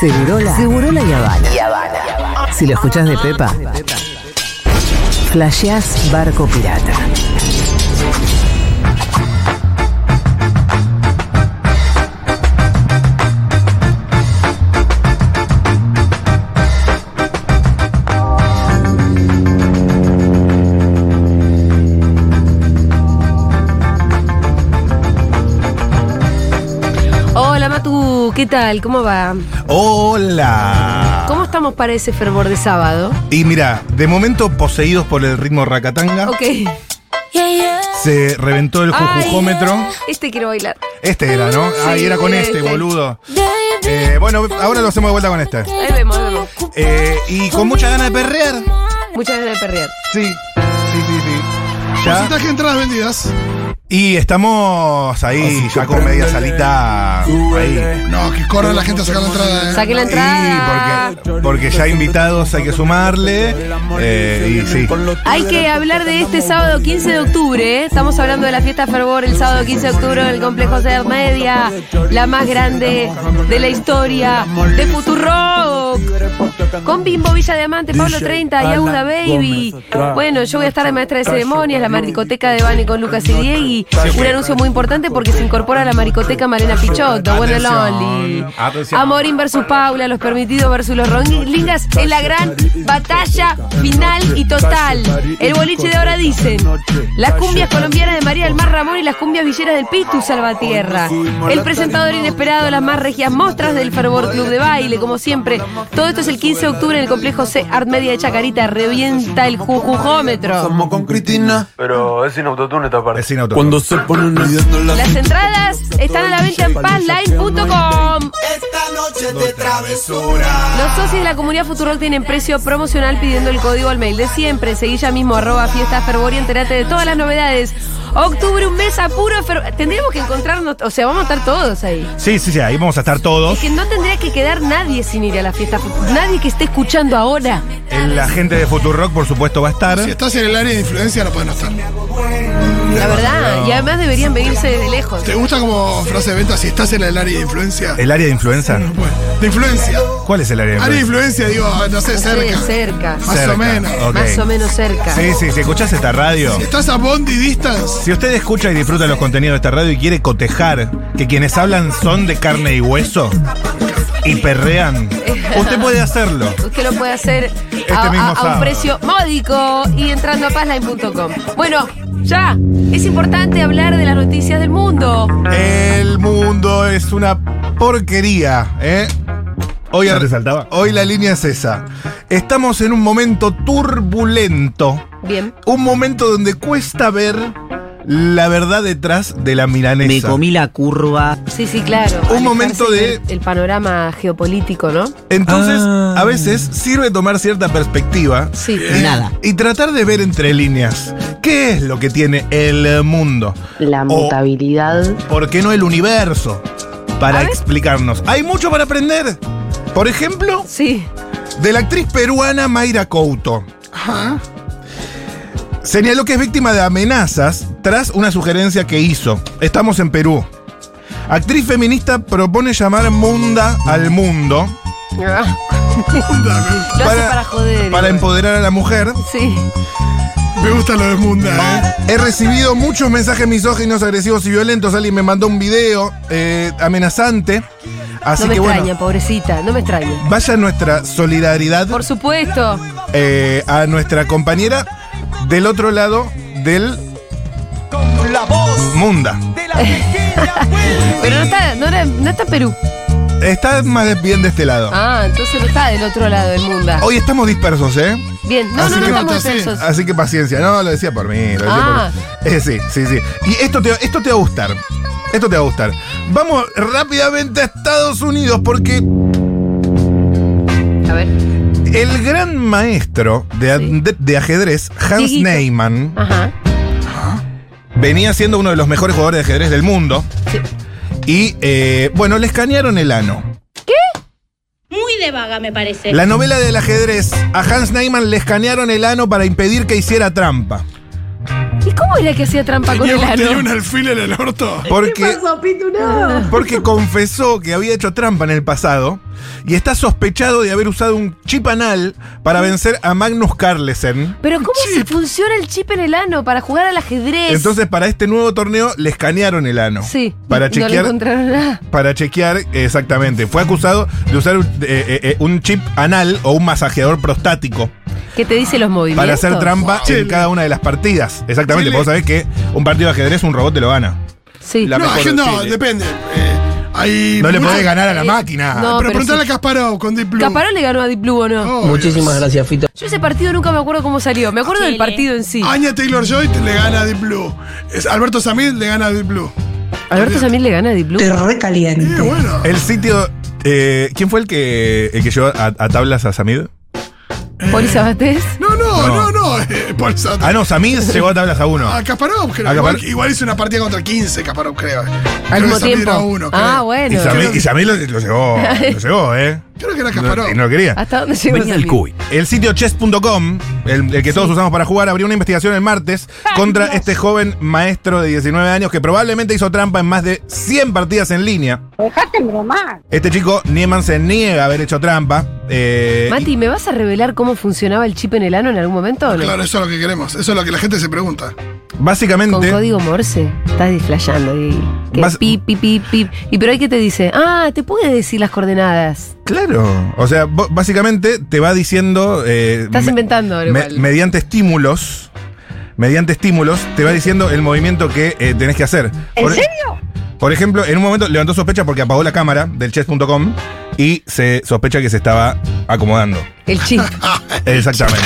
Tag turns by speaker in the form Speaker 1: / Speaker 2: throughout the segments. Speaker 1: Segurola. Segurola y Habana. Si lo escuchás de Pepa, flasheás barco pirata.
Speaker 2: Hola Matu, ¿qué tal? ¿Cómo va?
Speaker 3: Hola.
Speaker 2: ¿Cómo estamos para ese fervor de sábado?
Speaker 3: Y mira, de momento poseídos por el ritmo racatanga,
Speaker 2: Ok.
Speaker 3: se reventó el
Speaker 2: Ay.
Speaker 3: jujujómetro.
Speaker 2: Este quiero bailar.
Speaker 3: Este era, ¿no? Ahí era con este,
Speaker 2: este.
Speaker 3: boludo. Eh, bueno, ahora lo hacemos de vuelta con este.
Speaker 2: Ahí vemos, ahí vemos.
Speaker 3: Eh, y con mucha ganas de perrear.
Speaker 2: Muchas ganas de perder.
Speaker 3: Sí, sí, sí, sí. Ya.
Speaker 4: Porcentaje de entradas vendidas.
Speaker 3: Y estamos
Speaker 4: Ah,
Speaker 3: ahí, ya con media salita. Ahí.
Speaker 4: No, que corra la gente a sacar la entrada. eh.
Speaker 2: Saque la entrada.
Speaker 3: Y porque, porque ya invitados hay que sumarle. eh, y sí.
Speaker 2: Hay que hablar de este sábado 15 de octubre. ¿eh? Estamos hablando de la fiesta Fervor el sábado 15 de octubre en el complejo de Media, la más grande de la historia de Futurock. Con Bimbo Villa Diamante, Pablo 30 y Aguda Baby. Bueno, yo voy a estar de maestra de ceremonias, la maricoteca de Bani con Lucas y Diegui. Un anuncio muy importante porque se incorpora a la maricoteca Malena Pichotto. Bueno, Lonely.
Speaker 3: Atención.
Speaker 2: Amorín versus Paula, los permitidos versus los ronguingas es la gran batalla final y total. El boliche de ahora dicen las cumbias colombianas de María del Mar Ramón y las cumbias villeras del Pitu Salvatierra. El presentador inesperado, las más regias mostras del Fervor Club de Baile, como siempre. Todo esto es el 15 de octubre en el complejo C Art Media de Chacarita. Revienta el jujujómetro.
Speaker 5: Somos con Cristina.
Speaker 6: Pero es sin autotune esta parte.
Speaker 3: Es sin auto.
Speaker 5: Cuando se ponen olvidando la
Speaker 2: Las entradas están a la venta en pazline.com.
Speaker 5: Esta noche de travesura.
Speaker 2: Los socios de la comunidad Futurock tienen precio promocional pidiendo el código al mail de siempre. Seguí ya mismo arroba fiesta fervor y entérate de todas las novedades. Octubre, un mes a puro fervor. Tendríamos que encontrarnos, o sea, vamos a estar todos ahí.
Speaker 3: Sí, sí, sí, ahí vamos a estar
Speaker 2: Es
Speaker 3: todos.
Speaker 2: que no tendría que quedar nadie sin ir a la fiesta. Fu- Nadie que esté escuchando ahora.
Speaker 3: La gente de Futurock, por supuesto, va a estar.
Speaker 4: Si estás en el área de influencia, no pueden estar.
Speaker 2: La verdad. Y además deberían venirse desde lejos.
Speaker 4: ¿Te gusta como frase de venta si estás en el área de influencia?
Speaker 3: ¿El área de influenza?
Speaker 4: Bueno, de influencia.
Speaker 3: ¿Cuál es el área de
Speaker 4: Área de
Speaker 3: influenza?
Speaker 4: influencia, digo, ah, no sé,
Speaker 2: Sí,
Speaker 4: cerca.
Speaker 2: cerca.
Speaker 4: Más
Speaker 3: Cerca,
Speaker 4: o menos.
Speaker 3: ok.
Speaker 2: Más o menos cerca.
Speaker 3: Sí, sí, si escuchás esta radio.
Speaker 4: Si estás a Bondi Distance,
Speaker 3: Si usted escucha y disfruta los contenidos de esta radio y quiere cotejar que quienes hablan son de carne y hueso y perrean, usted puede hacerlo.
Speaker 2: Usted lo puede hacer a,
Speaker 3: Este mismo
Speaker 2: a- a un
Speaker 3: sábado.
Speaker 2: precio módico y entrando a pazline.com. Bueno, ya, es importante hablar de las noticias del mundo.
Speaker 3: El mundo es una porquería, ¿eh? Hoy,
Speaker 7: ¿Ya te saltaba?
Speaker 3: hoy la línea es esa. Estamos en un momento turbulento.
Speaker 2: Bien.
Speaker 3: Un momento donde cuesta ver la verdad detrás de la milanesa.
Speaker 1: Me comí la curva.
Speaker 2: Sí, sí, claro.
Speaker 3: Un momento de-
Speaker 2: El, el panorama geopolítico, ¿no?
Speaker 3: Entonces,
Speaker 7: Ah.
Speaker 3: a veces sirve tomar cierta perspectiva
Speaker 2: Sí.
Speaker 1: Nada.
Speaker 3: y tratar de ver entre líneas qué es lo que tiene el mundo.
Speaker 8: La
Speaker 3: O-
Speaker 8: mutabilidad.
Speaker 3: ¿Por qué no el universo? Para
Speaker 2: A ver.
Speaker 3: explicarnos. Hay mucho para aprender. Por ejemplo,
Speaker 2: Sí.
Speaker 3: de la actriz peruana Mayra Couto. Señaló que es víctima de amenazas tras una sugerencia que hizo. Estamos en Perú. Actriz feminista propone llamar Munda al mundo
Speaker 2: Lo hace
Speaker 3: Para-
Speaker 2: para joder.
Speaker 3: para
Speaker 2: igual.
Speaker 3: empoderar a la mujer.
Speaker 2: Sí.
Speaker 4: me gusta lo de Munda, ¿eh?
Speaker 3: He recibido muchos mensajes misóginos, agresivos y violentos. Alguien me mandó un video eh, amenazante. Así
Speaker 2: no me
Speaker 3: que
Speaker 2: extraña,
Speaker 3: bueno,
Speaker 2: pobrecita, no me extraña.
Speaker 3: vaya nuestra solidaridad
Speaker 2: Por supuesto.
Speaker 3: eh, a nuestra compañera del otro lado del Munda.
Speaker 2: Pero no está, no, era- no está en Perú.
Speaker 3: Está más de- bien de este lado.
Speaker 2: Ah, entonces no está del otro lado del mundo.
Speaker 3: Hoy estamos dispersos, ¿eh?
Speaker 2: Bien, no, no,
Speaker 3: Así
Speaker 2: no
Speaker 3: que
Speaker 2: estamos
Speaker 4: no te-
Speaker 2: extensos.
Speaker 3: Así que paciencia. No, lo decía por mí. Lo decía
Speaker 2: Ah.
Speaker 3: por mí. Eh, sí, sí, sí. Y esto te, esto te va a gustar. Esto te va a gustar. Vamos rápidamente a Estados Unidos porque
Speaker 2: A ver.
Speaker 3: El gran maestro de, de- de ajedrez, Hans
Speaker 2: Dieguito.
Speaker 3: Neyman,
Speaker 2: Ajá.
Speaker 3: venía siendo uno de los mejores jugadores de ajedrez del mundo.
Speaker 2: Sí.
Speaker 3: Y eh, bueno, le escanearon el ano.
Speaker 9: Muy de vaga, me
Speaker 2: Eh.
Speaker 9: parece.
Speaker 3: La novela del ajedrez, a Hans Neyman le escanearon el ano para impedir que hiciera trampa.
Speaker 2: ¿Y cómo era que hacía trampa con
Speaker 4: Tenía,
Speaker 2: el
Speaker 4: tenía
Speaker 2: ano?
Speaker 4: un alfiler en el orto.
Speaker 3: Porque, porque confesó que había hecho trampa en el pasado y está sospechado de haber usado un chip anal para vencer a Magnus Carlsen.
Speaker 2: Pero ¿cómo se funciona el chip en el ano para jugar al ajedrez?
Speaker 3: Entonces, para este nuevo torneo, le escanearon el ano.
Speaker 2: sí,
Speaker 3: Para
Speaker 2: no le
Speaker 3: chequear.
Speaker 2: encontraron nada.
Speaker 3: para chequear eh, exactamente. Fue acusado de usar un, eh, eh, eh, un chip anal o un masajeador prostático
Speaker 2: ¿Qué te dice los movimientos?
Speaker 3: para hacer trampa
Speaker 4: Wow.
Speaker 3: en cada una de las partidas. Exactamente,
Speaker 4: Chile.
Speaker 3: vos sabés que un partido de ajedrez un robot te lo gana.
Speaker 2: Sí.
Speaker 3: La-
Speaker 4: no,
Speaker 3: mejor
Speaker 4: yo-
Speaker 3: de
Speaker 4: no,
Speaker 3: Chile.
Speaker 4: depende. Eh, hay
Speaker 3: No le
Speaker 4: mucho-
Speaker 3: podés ganar a la
Speaker 2: eh,
Speaker 3: máquina.
Speaker 2: no.
Speaker 4: Pero
Speaker 2: pero
Speaker 4: preguntale
Speaker 2: sí.
Speaker 4: a Casparov con Deep Blue.
Speaker 2: Caparón le ganó a Deep Blue o no.
Speaker 4: Oh,
Speaker 1: Muchísimas gracias, Fito.
Speaker 2: Yo ese partido nunca me acuerdo cómo salió. Me acuerdo del
Speaker 9: Chile.
Speaker 2: partido en sí.
Speaker 4: Anya Taylor Joy le gana a Deep Blue. Es- Alberto Samid le gana a Deep Blue.
Speaker 2: Alberto también le gana a Deep Blue.
Speaker 7: Te recaliente.
Speaker 4: Eh, bueno.
Speaker 3: El sitio. eh, ¿Quién fue el que, el que llevó a, a tablas a Samid?
Speaker 2: Poli Sabatés.
Speaker 4: No, no,
Speaker 3: No.
Speaker 4: no, no. eh, por eso-
Speaker 3: Ah, no, Samid llevó a tablas a uno.
Speaker 2: Ah,
Speaker 4: A Kasparov, creo.
Speaker 3: A Kaspar-
Speaker 4: Igual, igual hizo una partida contra 15, Kasparov, creo.
Speaker 2: Al mismo tiempo.
Speaker 4: uno, creo.
Speaker 2: ah,
Speaker 3: Y
Speaker 2: bueno.
Speaker 3: Samid, y Samid lo, lo llevó, lo llevó, ¿eh?
Speaker 4: Creo que era
Speaker 3: No,
Speaker 4: Kasparov.
Speaker 3: y no lo quería.
Speaker 2: ¿Hasta dónde llegó
Speaker 1: Venía el
Speaker 2: Samir?
Speaker 1: cuy.
Speaker 3: El sitio chess.com, el, el que todos usamos para jugar, abrió una investigación el martes contra este joven maestro de 19 años que probablemente hizo trampa en más de 100 partidas en línea. Este chico, Nieman, se niega a haber hecho trampa. eh,
Speaker 2: Mati, ¿me vas a revelar cómo funcionaba el chip en el ano en algún momento o no?
Speaker 4: Claro, eso es lo que queremos. Eso es lo que la gente se pregunta.
Speaker 2: Con
Speaker 3: Básicamente,
Speaker 2: código Morse. Estás desflayando, Diego. Que
Speaker 3: Vas-
Speaker 2: pi, pi, pi, pi. ¿Y pero ahí qué te dice? Ah, te puede decir las coordenadas.
Speaker 3: claro, o sea, bo- básicamente te va diciendo... eh,
Speaker 2: Estás
Speaker 3: me-
Speaker 2: inventando ahora
Speaker 3: me-
Speaker 2: igual.
Speaker 3: mediante estímulos, mediante estímulos, te va diciendo el movimiento que eh, tenés que hacer. ¿En serio? Por ejemplo, en un momento levantó sospecha porque apagó la cámara del chess.com y se sospecha que se estaba acomodando.
Speaker 2: El chip.
Speaker 3: Exactamente.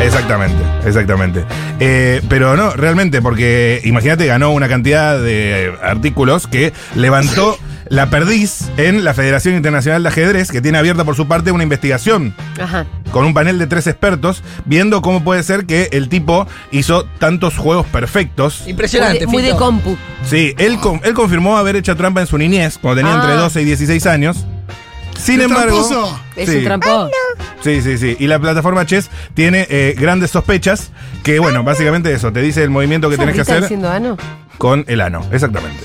Speaker 3: Exactamente, exactamente. Eh, pero no, realmente, porque imagínate, ganó una cantidad de eh, artículos que levantó la perdiz en la Federación Internacional de Ajedrez, que tiene abierta por su parte una investigación
Speaker 2: Ajá.
Speaker 3: con un panel de tres expertos, viendo cómo puede ser que el tipo hizo tantos juegos perfectos.
Speaker 2: Muy de,
Speaker 1: Impresionante,
Speaker 2: muy de
Speaker 1: Fito.
Speaker 2: compu.
Speaker 3: Sí, él, con- él confirmó haber hecho trampa en su niñez, cuando tenía entre
Speaker 2: Ah.
Speaker 3: 12 y 16 años. Sin
Speaker 4: ¡Qué
Speaker 3: embargo.
Speaker 4: tramposo!
Speaker 2: Es
Speaker 3: sí,
Speaker 2: un trampo.
Speaker 3: Sí, sí, sí. Y la plataforma Chess tiene eh, grandes sospechas que, bueno, básicamente eso, te dice el movimiento que tenés que
Speaker 2: ¿Estás
Speaker 3: hacer
Speaker 2: diciendo ano?
Speaker 3: con el ano. Exactamente.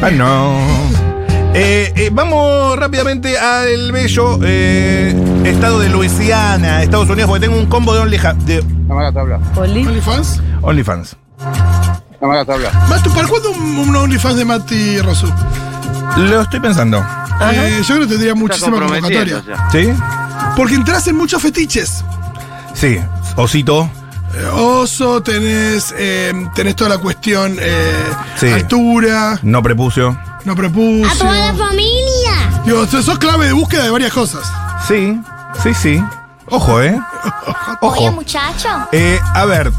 Speaker 3: Ah, no. Eh, eh, vamos rápidamente al bello eh, estado de Luisiana, Estados Unidos, porque tengo un combo de Only, Ha- de
Speaker 2: Poli.
Speaker 4: ¿OnlyFans?
Speaker 3: OnlyFans.
Speaker 4: Matu, ¿para cuándo un, un OnlyFans de Mati Rosu?
Speaker 3: Lo estoy pensando.
Speaker 4: Eh, yo creo que tendría muchísima convocatoria.
Speaker 3: ¿Sí?
Speaker 4: Porque entras en muchos fetiches.
Speaker 3: Sí. Osito.
Speaker 4: Eh, Oso, tenés, eh, tenés toda la cuestión eh,
Speaker 3: Sí.
Speaker 4: altura,
Speaker 3: No prepucio.
Speaker 4: no propuse.
Speaker 9: familia.
Speaker 4: Digo, sos sos clave de búsqueda de varias cosas.
Speaker 3: Sí. Sí, sí. Ojo, ¿eh? Ojo.
Speaker 9: Este muchacho.
Speaker 3: Eh, a ver.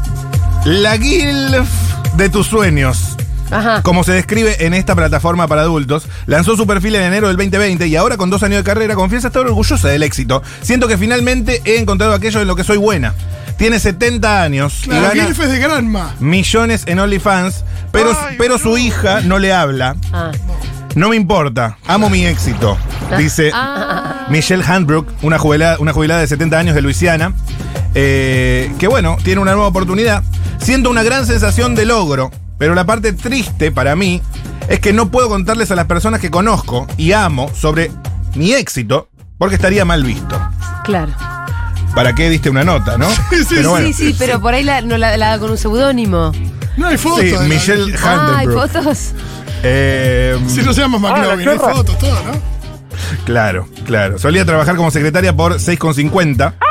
Speaker 3: La GILF de tus sueños.
Speaker 2: Ajá.
Speaker 3: Como se describe en esta plataforma para adultos, lanzó su perfil en enero del 2020 y ahora con dos años de carrera confiesa estar orgullosa del éxito. Siento que finalmente he encontrado aquello en lo que soy buena. Tiene 70 años y
Speaker 4: Claro,
Speaker 3: gana
Speaker 4: Gilf es de Granma.
Speaker 3: millones en OnlyFans, pero, pero su hija no le habla.
Speaker 2: Ah.
Speaker 3: No me importa, amo mi éxito, dice
Speaker 2: Ah.
Speaker 3: Michelle Handbrook, una jubilada, una jubilada de 70 años de Luisiana, eh, que bueno, tiene una nueva oportunidad. Siento una gran sensación de logro, pero la parte triste para mí es que no puedo contarles a las personas que conozco y amo sobre mi éxito, porque estaría mal visto.
Speaker 2: Claro.
Speaker 3: ¿Para qué diste una nota, no?
Speaker 4: Sí, sí,
Speaker 3: Pero bueno,
Speaker 2: sí, sí, pero por ahí la, no la, la da con un seudónimo.
Speaker 4: No hay fotos.
Speaker 3: sí,
Speaker 4: de la-
Speaker 3: Michelle
Speaker 2: Ah, ¿hay
Speaker 3: Handbrook.
Speaker 2: fotos?
Speaker 3: Eh,
Speaker 4: Si no seamos McLovin, hay fotos, todo, ¿no?
Speaker 3: Claro, claro. Solía trabajar como secretaria por 6,50
Speaker 4: ¡Ah!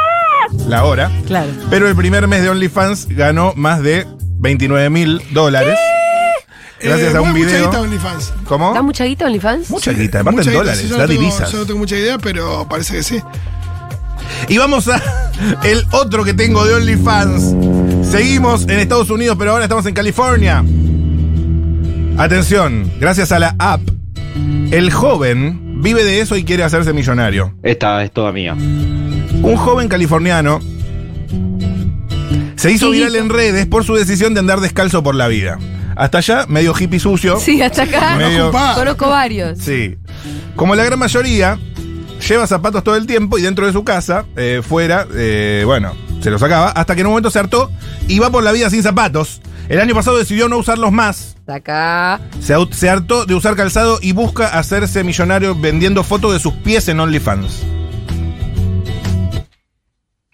Speaker 3: la hora.
Speaker 2: Claro.
Speaker 3: Pero el primer mes de OnlyFans ganó más de 29 mil dólares. Gracias
Speaker 4: Eh,
Speaker 3: a un
Speaker 4: mucha
Speaker 3: video.
Speaker 4: guita OnlyFans.
Speaker 3: ¿Cómo?
Speaker 2: ¿Da mucha guita OnlyFans?
Speaker 3: Mucha guita, aparte
Speaker 4: Mucha
Speaker 3: en
Speaker 4: guita,
Speaker 3: dólares,
Speaker 4: sí, yo
Speaker 3: da
Speaker 4: no tengo-
Speaker 3: divisas.
Speaker 4: Yo no tengo mucha idea, pero parece que sí.
Speaker 3: Y vamos a el otro que tengo de OnlyFans. Seguimos en Estados Unidos, pero ahora estamos en California. Atención, gracias a la app, el joven vive de eso y quiere hacerse millonario.
Speaker 8: Esta es toda mía.
Speaker 3: Un joven californiano se hizo
Speaker 2: Sí.
Speaker 3: viral en redes por su decisión de andar descalzo por la vida. Hasta allá, medio hippie sucio.
Speaker 2: Sí, hasta acá.
Speaker 3: Medio-
Speaker 2: Conozco varios.
Speaker 3: Sí. Como la gran mayoría, lleva zapatos todo el tiempo y dentro de su casa, eh, fuera, eh, bueno, se los sacaba, hasta que en un momento se hartó y va por la vida sin zapatos. El año pasado decidió no usarlos más.
Speaker 2: Acá.
Speaker 3: Se, au- se hartó de usar calzado y busca hacerse millonario vendiendo fotos de sus pies en OnlyFans.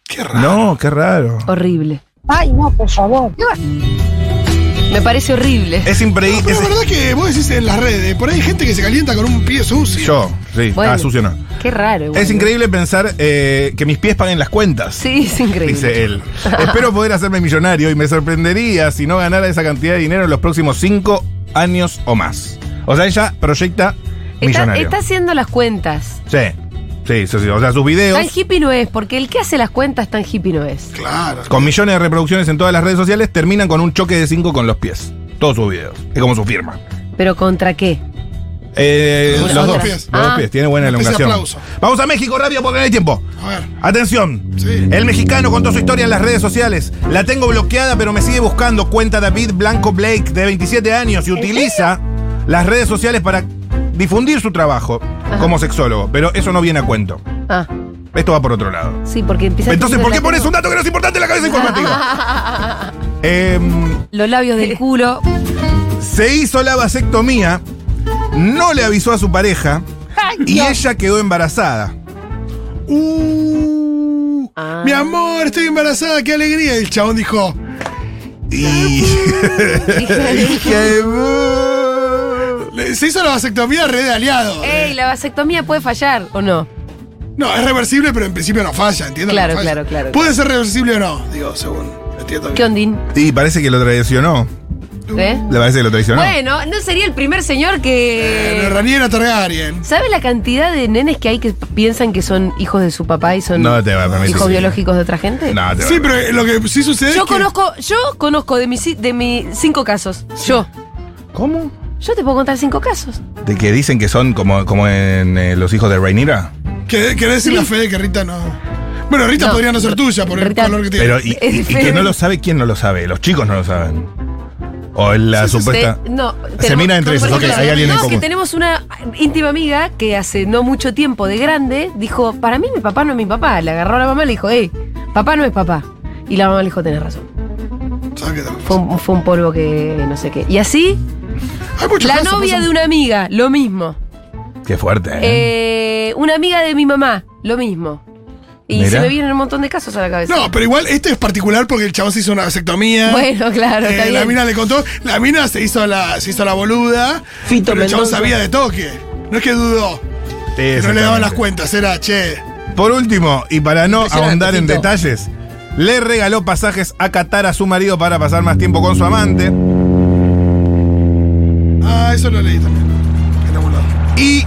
Speaker 4: Qué raro.
Speaker 3: No, qué raro.
Speaker 2: Horrible.
Speaker 7: Ay, no, por favor.
Speaker 2: Me parece horrible.
Speaker 3: Es
Speaker 4: Pero
Speaker 3: increíble.
Speaker 4: la verdad que vos decís en las redes, por ahí hay gente que se calienta con un pie sucio.
Speaker 3: Yo, sí.
Speaker 2: Bueno.
Speaker 3: Ah, sucio no.
Speaker 2: Qué raro. igual.
Speaker 3: Es increíble pensar eh, que mis pies paguen las cuentas.
Speaker 2: Sí, es increíble.
Speaker 3: Dice eh, él. Espero poder hacerme millonario y me sorprendería si no ganara esa cantidad de dinero en los próximos cinco años o más. O sea, ella proyecta
Speaker 2: está,
Speaker 3: millonario.
Speaker 2: está haciendo las cuentas.
Speaker 3: Sí, sí, sí, sí. O sea, sus videos
Speaker 2: Tan hippie no es, porque el que hace las cuentas tan hippie no es.
Speaker 4: Claro.
Speaker 3: con millones de reproducciones en todas las redes sociales terminan con un choque de cinco con los pies. Todos sus videos. Es como su firma.
Speaker 2: ¿Pero contra qué?
Speaker 3: Eh, los
Speaker 4: Los dos
Speaker 3: dos
Speaker 4: pies.
Speaker 3: pies. Los dos
Speaker 2: Ah.
Speaker 3: pies. Tiene buena
Speaker 4: Una especie de
Speaker 3: elongación.
Speaker 4: aplauso.
Speaker 3: Vamos a México rápido porque no hay tiempo.
Speaker 4: A ver.
Speaker 3: Atención.
Speaker 4: Sí.
Speaker 3: El mexicano contó su historia en las redes sociales. La tengo bloqueada, pero me sigue buscando. Cuenta David Blanco Blake, de 27 años, y utiliza las redes sociales para difundir su trabajo como sexólogo. Pero eso no viene a cuento.
Speaker 2: Ah,
Speaker 3: Esto va por otro lado.
Speaker 2: sí, porque empieza a
Speaker 3: Entonces,
Speaker 2: decir,
Speaker 3: ¿por qué
Speaker 2: la
Speaker 3: pones
Speaker 2: tengo-
Speaker 3: un dato que no es importante en la cabeza informativa? Em,
Speaker 2: Los labios del culo.
Speaker 3: se hizo la vasectomía, no le avisó a su pareja y ella quedó embarazada.
Speaker 4: Uh,
Speaker 2: Ah.
Speaker 4: Mi amor, estoy embarazada, qué alegría. Y el chabón dijo,
Speaker 3: Y. Hija de bu-
Speaker 4: le- se hizo la vasectomía re de aliado.
Speaker 2: ¡Ey! ¿La vasectomía puede fallar o no?
Speaker 4: No, es reversible, pero en principio no falla, entiendo. que
Speaker 2: Claro,
Speaker 4: no falla.
Speaker 2: claro, claro.
Speaker 4: Puede ser reversible o no, digo, según. Entiendo.
Speaker 2: ¿Qué ondín?
Speaker 3: Y parece que lo traicionó.
Speaker 2: ¿Eh?
Speaker 3: Le parece que lo traicionó.
Speaker 2: Bueno, no sería el primer señor
Speaker 4: Eh,
Speaker 2: que.
Speaker 4: Raniera Targaryen.
Speaker 2: ¿Sabe la cantidad de nenes que hay que piensan que son hijos de su papá y son
Speaker 3: No te va a permitir.
Speaker 2: hijos biológicos de otra gente?
Speaker 3: No, te va.
Speaker 4: Sí, pero eh, lo que sí sucede
Speaker 2: Yo
Speaker 4: es que
Speaker 2: conozco, yo conozco de mis de mis cinco casos. Yo.
Speaker 3: ¿Cómo?
Speaker 2: Yo te puedo contar cinco casos.
Speaker 3: ¿De que dicen que son como, como en eh, los hijos de Rhaenyra?
Speaker 4: que- querés decir la fe de que Rita no. Bueno, Rita
Speaker 2: No,
Speaker 4: podría no ser tuya por el
Speaker 2: Rita-
Speaker 4: color que tiene.
Speaker 3: Pero, y,
Speaker 2: Es
Speaker 3: y- y que
Speaker 2: diferente.
Speaker 3: no lo sabe, ¿quién no lo sabe? Los chicos no lo saben. O la supuesta.
Speaker 2: Te- no,
Speaker 3: Se
Speaker 2: tenemos-
Speaker 3: mina entre ellos,
Speaker 2: por
Speaker 3: ok,
Speaker 2: ejemplo,
Speaker 3: hay alguien en
Speaker 2: no, que
Speaker 3: común.
Speaker 2: tenemos una íntima amiga que hace no mucho tiempo de grande dijo, para mí mi papá no es mi papá. Le agarró a la mamá y le dijo, hey, papá no es papá. Y la mamá le dijo, tenés razón.
Speaker 4: ¿Sabes qué tal?
Speaker 2: Fue un, fue un polvo que no sé qué. Y así,
Speaker 4: Hay muchos
Speaker 2: la
Speaker 4: casos,
Speaker 2: novia
Speaker 4: pasan-
Speaker 2: de una amiga, lo mismo.
Speaker 3: Qué fuerte. ¿eh?
Speaker 2: Eh, una amiga de mi mamá, lo mismo. Y
Speaker 3: Mirá.
Speaker 2: se me vienen un montón de casos a la cabeza.
Speaker 4: No, pero igual este es particular porque el chabón se hizo una vasectomía.
Speaker 2: Bueno, claro,
Speaker 4: Eh,
Speaker 2: está
Speaker 4: la
Speaker 2: bien.
Speaker 4: mina le contó, la mina se hizo la, se hizo la boluda.
Speaker 1: Fito
Speaker 4: pero el chabón
Speaker 1: Mendoza.
Speaker 4: sabía de toque. No es que dudó. que No le daban las cuentas, era che.
Speaker 3: Por último, y para no
Speaker 4: Impresionante,
Speaker 3: ahondar en
Speaker 4: Fito.
Speaker 3: detalles, le regaló pasajes a Qatar a su marido para pasar más tiempo con su amante.
Speaker 4: Ah, eso lo leí también. En algún lado.
Speaker 3: Y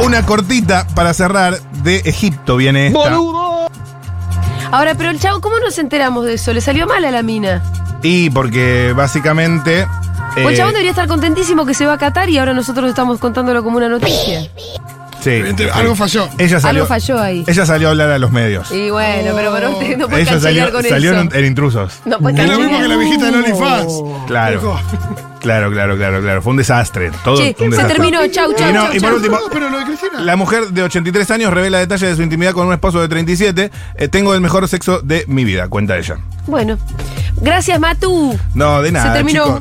Speaker 3: una cortita para cerrar de Egipto viene esta.
Speaker 2: Ahora, pero el chavo, ¿cómo nos enteramos de eso? Le salió mal a la mina.
Speaker 3: Y porque básicamente.
Speaker 2: O el
Speaker 3: eh,
Speaker 2: chabón debería estar contentísimo que se va a Qatar y ahora nosotros estamos contándolo como una noticia.
Speaker 3: sí,
Speaker 4: Evidente-
Speaker 3: sí.
Speaker 4: Algo falló.
Speaker 3: Ella salió,
Speaker 2: Algo falló ahí.
Speaker 3: Ella salió a hablar a los medios.
Speaker 2: Y bueno, pero para usted no puede
Speaker 3: ella
Speaker 2: cancelar
Speaker 3: salió,
Speaker 2: con
Speaker 3: salió
Speaker 2: eso.
Speaker 3: en, eh, en intrusos.
Speaker 2: No puede
Speaker 4: Es lo mismo que la
Speaker 2: cancelar.
Speaker 4: viejita de OnlyFans.
Speaker 3: Claro. Claro, claro, claro, claro. Fue un desastre. Todo
Speaker 2: Che,
Speaker 3: fue un
Speaker 2: se
Speaker 3: desastre.
Speaker 2: terminó, chau, chau,
Speaker 3: Y no,
Speaker 2: chau,
Speaker 3: y por
Speaker 2: chau.
Speaker 3: último,
Speaker 4: No, pero lo de Cristina.
Speaker 3: La mujer de 83 años revela detalles de su intimidad con un esposo de 37. Eh, tengo el mejor sexo de mi vida, cuenta ella.
Speaker 2: Bueno, gracias Matu.
Speaker 3: No, de nada.
Speaker 2: terminó.
Speaker 3: chicos.